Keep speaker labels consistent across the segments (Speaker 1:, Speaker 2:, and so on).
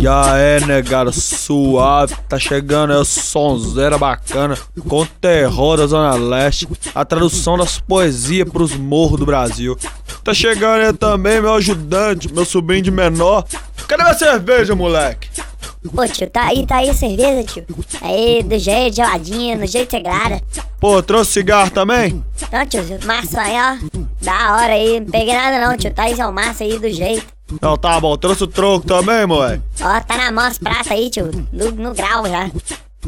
Speaker 1: E aí, negada, suave, tá chegando aí o sonzeira bacana, com terror da Zona Leste, a tradução das poesias pros morros do Brasil. Tá chegando aí também meu ajudante, meu sobrinho de menor. Cadê minha cerveja, moleque?
Speaker 2: Pô, tio, tá aí, tá aí a cerveja, tio. Aí, do jeito geladinha, do jeito segrada.
Speaker 1: Pô, trouxe cigarro também?
Speaker 2: Então, tio, massa aí, ó. Da hora aí, não peguei nada não, tio. Tá aí, seu massa aí, do jeito.
Speaker 1: Não, tá bom, trouxe o troco também, moleque.
Speaker 2: Ó, tá na mão as pratas aí, tio. No, no grau já.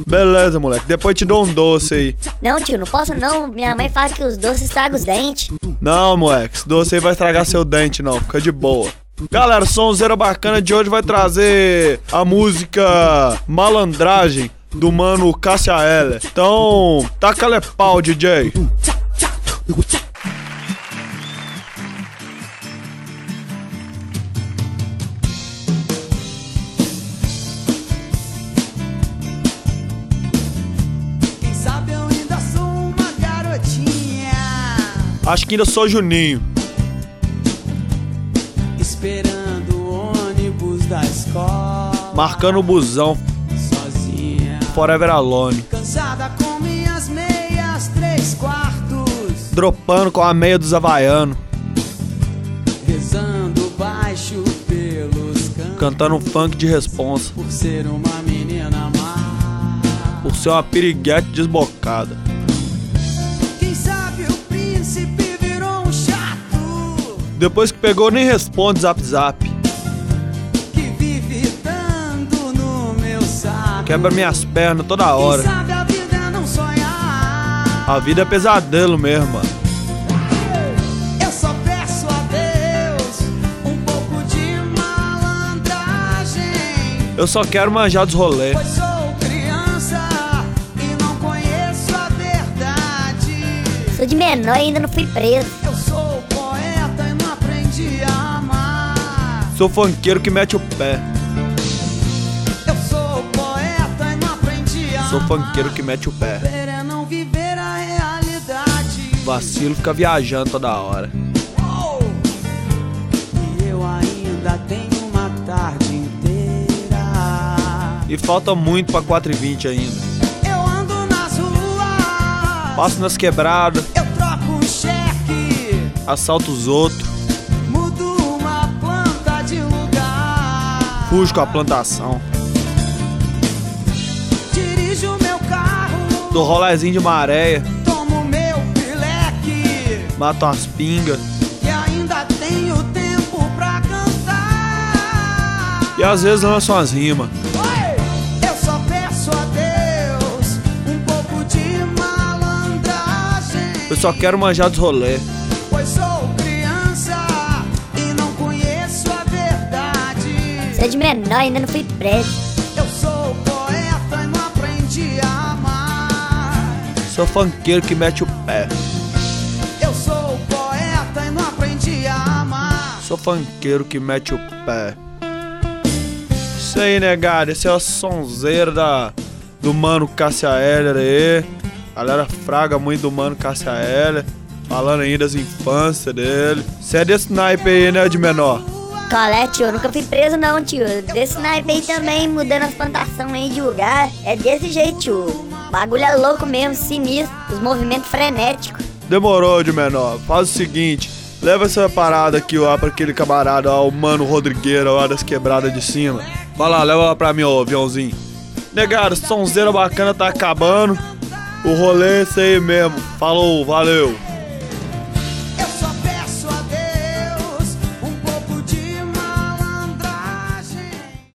Speaker 1: Beleza, moleque, depois te dou um doce aí.
Speaker 2: Não, tio, não posso não. Minha mãe fala que os doces estragam os dentes.
Speaker 1: Não, moleque, esse doce aí vai estragar seu dente, não, fica de boa. Galera, Sonzeira Bacana de hoje vai trazer a música Malandragem do mano Cássia Heller. Então, taca é pau, DJ.
Speaker 3: Quem sabe eu ainda sou uma garotinha
Speaker 1: Acho que ainda sou Juninho.
Speaker 3: Esperando o ônibus da escola
Speaker 1: Marcando o busão,
Speaker 3: Sozinha
Speaker 1: Forever Alone.
Speaker 3: Cansada com minhas meias três quartos
Speaker 1: Dropando com a meia dos Havaianos.
Speaker 3: Rezando baixo pelos cantos
Speaker 1: Cantando um funk de responsa.
Speaker 3: Por ser uma menina má
Speaker 1: Por ser uma piriguete desbocada.
Speaker 3: Quem sabe o príncipe virou um chato
Speaker 1: Depois que pegou, nem responde zap zap.
Speaker 3: Que vive dando no meu saco
Speaker 1: Quebra minhas pernas toda
Speaker 3: Quem
Speaker 1: é hora.
Speaker 3: sabe a vida não sonhar
Speaker 1: A vida é pesadelo mesmo, mano.
Speaker 3: Eu só peço a Deus um pouco de malandragem.
Speaker 1: Eu só quero manjar dos rolês.
Speaker 3: Pois sou criança e não conheço a verdade.
Speaker 2: Sou de menor e ainda não fui preso.
Speaker 3: Eu sou poeta e não aprendi a amar.
Speaker 1: Sou funkeiro que mete o pé.
Speaker 3: Eu sou poeta e não aprendi a amar.
Speaker 1: Sou funkeiro que mete o pé.
Speaker 3: Viver é não viver a realidade.
Speaker 1: Vacilo fica viajando toda hora.
Speaker 3: Oh! E eu ainda tenho uma tarde inteira.
Speaker 1: E falta muito pra 4h20 ainda.
Speaker 3: Eu ando nas ruas.
Speaker 1: Passo nas quebradas,
Speaker 3: Eu troco um cheque.
Speaker 1: assalto os outros,
Speaker 3: Mudo uma planta de lugar.
Speaker 1: fujo com a plantação.
Speaker 3: Dirijo meu carro.
Speaker 1: Dou rolezinho de maréia,
Speaker 3: Tomo meu pileque.
Speaker 1: mato as pingas.
Speaker 3: E ainda tenho tempo pra cantar.
Speaker 1: E às vezes lanço umas rimas.
Speaker 3: Oi! Eu só peço a Deus um pouco de malandragem.
Speaker 1: Eu só quero manjar dos rolês.
Speaker 3: Pois sou criança e não conheço a verdade.
Speaker 2: Sou de menor e ainda não fui preso.
Speaker 3: Eu sou poeta e não aprendi a amar.
Speaker 1: Sou funkeiro que mete o pé.
Speaker 3: Eu sou poeta e não aprendi a amar.
Speaker 1: Sou funkeiro que mete o pé. Isso aí, negado. Esse é o sonzeiro da, do mano Cássia Heller aí. Galera fraga muito do mano Cássia Heller. Falando aí das infâncias dele. Você é desse naipe aí, né, de menor?
Speaker 2: Colé, é, tio, eu nunca fui preso não, tio. Desse naipe aí também, mudando as plantações aí de lugar. É desse jeito, tio. O bagulho é louco mesmo, sinistro. Os movimentos frenéticos.
Speaker 1: Demorou, de menor. Faz o seguinte. Leva essa parada aqui lá pra aquele camarada, ó, o mano Rodrigueira lá das quebradas de cima. Vai lá, leva lá pra mim, ô aviãozinho. Negado, sonzeira bacana tá acabando. O rolê é esse aí mesmo. Falou, valeu.
Speaker 3: um